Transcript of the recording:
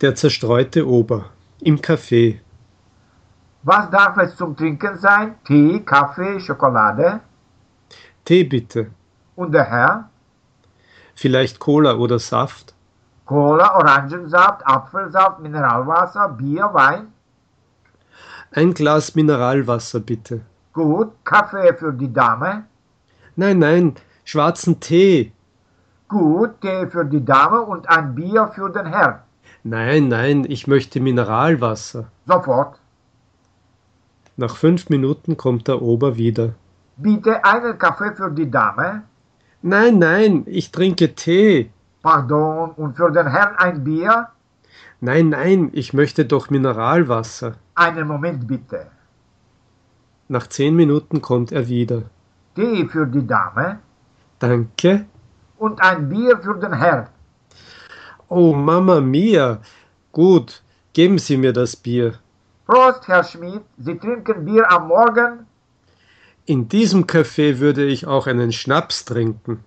Der zerstreute Ober, im Café. Was darf es zum Trinken sein? Tee, Kaffee, Schokolade? Tee bitte. Und der Herr? Vielleicht Cola oder Saft? Cola, Orangensaft, Apfelsaft, Mineralwasser, Bier, Wein? Ein Glas Mineralwasser bitte. Gut, Kaffee für die Dame? Nein, nein, schwarzen Tee. Gut, Tee für die Dame und ein Bier für den Herrn. Nein, nein, ich möchte Mineralwasser. Sofort. Nach fünf Minuten kommt der Ober wieder. Bitte einen Kaffee für die Dame. Nein, nein, ich trinke Tee. Pardon, und für den Herrn ein Bier? Nein, nein, ich möchte doch Mineralwasser. Einen Moment bitte. Nach zehn Minuten kommt er wieder. Tee für die Dame Danke. und ein Bier für den Herrn. Oh, Mama mia. Gut, geben Sie mir das Bier. Prost, Herr Schmidt, Sie trinken Bier am Morgen? In diesem Café würde ich auch einen Schnaps trinken.